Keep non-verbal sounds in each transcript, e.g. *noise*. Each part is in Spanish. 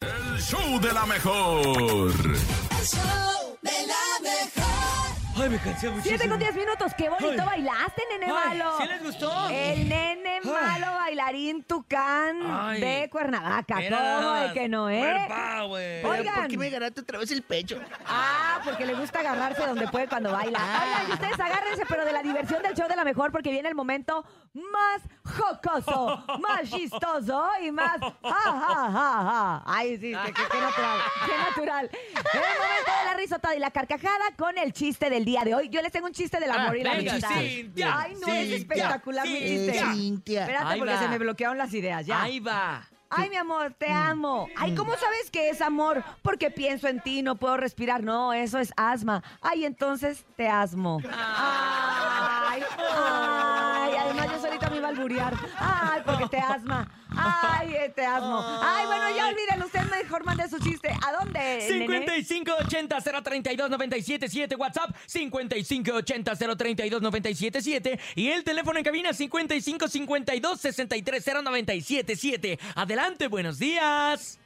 El show de la mejor. El show de la mejor. Ay, me cansé muchísimo. 7 con 10 minutos, qué bonito Ay. bailaste, nene Ay, malo. ¿sí les gustó? El nene Ay. malo bailarín tucán Ay. de Cuernavaca. Era- ¿Cómo de que no, eh? Cuerpa, güey. Oye. Pero, Oigan. ¿Por qué me ganaste otra vez el pecho? Ah, porque le gusta agarrarse donde puede cuando baila. Ah. Oigan, y ustedes agárrense, pero de la diversión del show de la mejor, porque viene el momento más jocoso, más chistoso y más. Ja, ja, ja, ja. Ay, sí, qué, qué- qué natural, qué natural. Es el momento de la risotada y la carcajada con el chiste del día de hoy. Yo les tengo un chiste del amor y Ah, la venga, amistad. Cintia, Ay, no, es Cintia, espectacular mi Cintia. chiste. Cintia. Espérate, Ahí porque va. se me bloquearon las ideas, ya. Ahí va. Ay, mi amor, te amo. Ay, ¿cómo sabes que es amor? Porque pienso en ti, no puedo respirar. No, eso es asma. Ay, entonces te asmo. Ay, ay, además yo solita me iba a alburear. Ay, porque te asma. Ay, eh, te asmo. Ay, bueno, ya olvídenlo. Usted mejor mande su chiste. ¿A dónde? nene? 5580-032-977 WhatsApp 5580-032-977 y el teléfono en cabina 5552-630977 Adelante, buenos días.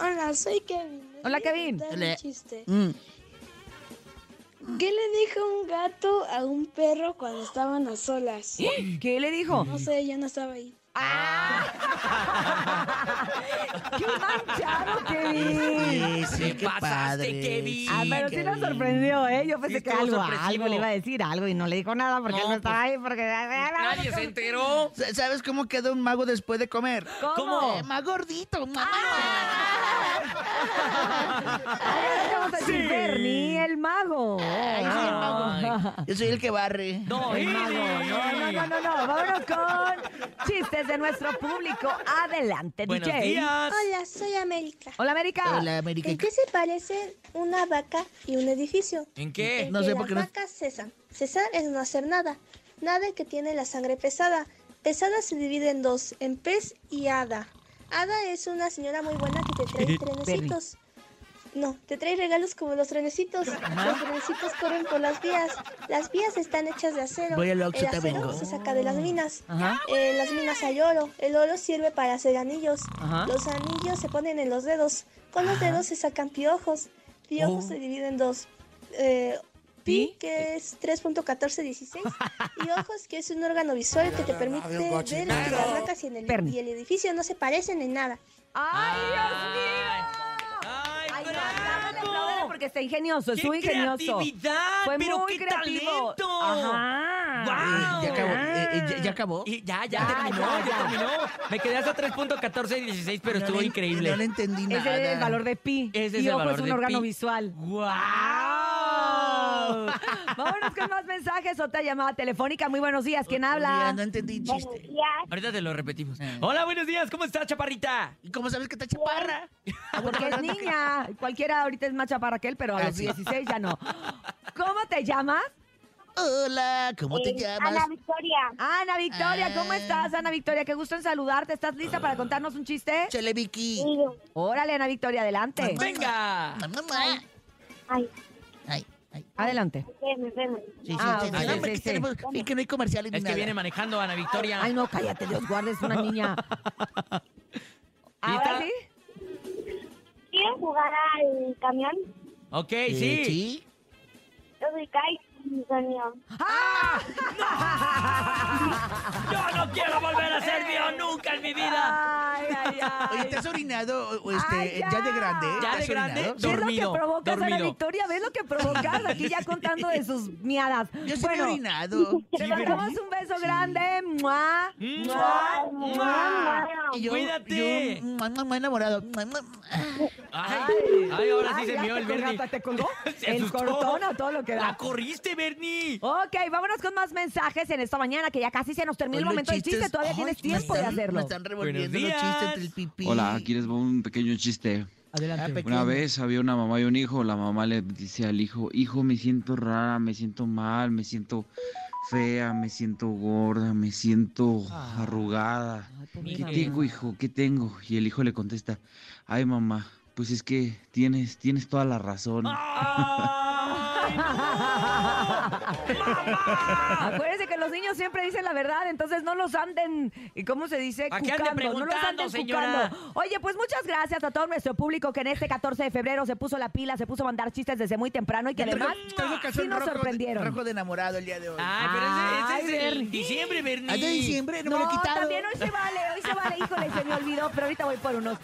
Hola, soy Kevin. Les Hola, voy a Kevin. contar Hola. Un chiste. Mm. ¿Qué le dijo un gato a un perro cuando estaban a solas? ¿Qué le dijo? Ah. No sé, yo no estaba ahí. *laughs* ¡Qué manchado, Kevin! Sí, sí, qué pasaste, padre. Kevin? Ah, pero sí nos sorprendió, ¿eh? Yo pensé Sí, que estuvo algo, sorpresivo. algo le iba a decir, algo, y no le dijo nada porque No, pues, él no estaba ahí, porque... Nadie se enteró. Sa- ¿Sabes cómo queda un mago después de comer? ¿Cómo? *laughs* Ah. Eh, más gordito, mamá. Estamos aquí, Sí. Bernie, el mago. Ay, sí, el mago. Yo soy el que barre. No, El Ili. mago. No, no, no, no, no. Vámonos con chistes de nuestro público. Adelante, Buenos DJ. días. Hola, soy América. Hola, América. Hola, América. Eh, ¿En qué se parecen una vaca y un edificio? ¿En qué? En No que sé las por qué no- vacas cesan. Cesar es no hacer nada. Nada que tiene la sangre pesada. Pesada se divide en dos, en pez y hada. Hada es una señora muy buena que *laughs* te trae trenecitos. No, te trae regalos como los trenecitos. Los trenecitos corren por las vías. Las vías están hechas de acero. Voy al Oxxo, el te acero vengo. se saca de las minas. Ah, Ajá. Eh, las minas hay oro. El oro sirve para hacer anillos. Ajá. Los anillos se ponen en los dedos. Con los dedos se sacan piojos. Piojos Oh. se dividen en dos. Eh, pi, ¿Pi? que es *laughs* 3.1416, y ojos, que es un órgano visual que te permite ver que las vacas y, en el, Perni. y el edificio no se parecen en nada. ¡Ay, Dios Ay. mío! Ay, Ay, no, bravo. apláudale, apláudale, porque está ingenioso, es ¡Qué muy ingenioso. creatividad! Fue ¡Pero muy qué creativo. talento! Ajá. ¡Guau! Eh, ya acabó. Eh, eh, ya, ya acabó. Y ya, ya, Ya, terminó, ya, ya, ya. terminó. Me quedé hasta 3.14 y 16, pero No estuvo le- increíble. No le entendí nada. Ese es el valor de pi. Ese es y el ojo, valor es un de órgano pi. Oh. visual. ¡Guau! *laughs* Vámonos con más mensajes. Otra llamada telefónica. Muy buenos días. ¿Quién Mira, habla? no entendí chiste. Ahorita te lo repetimos. Eh. Hola, buenos días, ¿cómo estás, chaparrita? ¿Y cómo sabes que está chaparra? Ah, Porque es niña. Cualquiera ahorita es más chaparra que él, pero a los Así. 16 ya no. ¿Cómo te llamas? Hola, ¿cómo Eh, te llamas? Ana Victoria. ¿Cómo Ah. estás, Ana Victoria? Qué gusto en saludarte. ¿Estás lista para contarnos un chiste? Chale, Vicky. Órale, Ana Victoria, adelante. ¡Venga! Mamá. Ay, Ay, ay. Adelante. espérame, espérame. Sí, sí, Ah, sí, ok, no, sí, hombre, sí, que sí. tenemos- y que no hay comerciales ni Es que nada. viene manejando Ana Victoria. Ay, no, cállate, Dios guarde, es una niña. ¿Ahora ¿Lista? sí? ¿Quieren jugar al camión? Ok, Eh, sí. sí. Yo soy Kai, mi camión. ¡Yo no quiero volver a ser Eh. mío nunca en mi vida! Ay, ay, ay. Oye, ¿te has orinado o- o este, Ay, ya. ya. de grande? ¿eh? Ya ¿Te has de grande, orinado? ¿Ves Dormido, lo que provocas a la dormido. Victoria? ¿Ves lo que provocas aquí ya contando de sus miadas? *laughs* Yo sí me he bueno, *laughs* orinado. te mandamos un beso grande. ¡Mua! Mm. ¡Mua! ¡Mua! Y yo- Cuídate. yo, mm, mua, mua, mua, enamorado. mm. Mua, mua, mua. Ay, ay, ahora sí Ay, se ya mió te el colgaste, Bernie. ¿Te colgó? *laughs* Se El asustó. cortón o todo lo que Oh. ¡La da. corriste, Bernie! Ok, vámonos con más mensajes en esta mañana que ya casi se nos termina el Hoy los momento del chiste. chistes- Todavía ay, tienes me tiempo de están- hacerlo. Me están revolviendo los Buenos chistes días. entre el pipí. Hola, aquí les va un pequeño chiste. Adelante. Una vez había una mamá y un hijo. La mamá le dice al hijo, hijo, me siento rara, me siento mal, me siento fea, me siento gorda, me siento arrugada. ¿Qué tengo, hijo? ¿Qué tengo? Y el hijo le contesta, ay mamá, pues es que tienes, tienes toda la razón. ¡Ah! *laughs* Acuérdense que los niños siempre dicen la verdad, entonces no los anden, ¿cómo se dice? ¿Para qué anden Cucando, no los preguntando, anden señora? cucando. Oye, pues muchas gracias a todo nuestro público que en este 14 de febrero se puso la pila, se puso a mandar chistes desde muy temprano y que además Traigo un sí calzón nos rojo de- sorprendieron. rojo de enamorado el día de hoy. Ay, Ah, pero ese, ese Ay, es Bernie. el diciembre, Bernie. Ah, de diciembre, no, me lo he quitado. también hoy se vale, hoy se vale. Híjole, se me olvidó, pero ahorita voy por unos.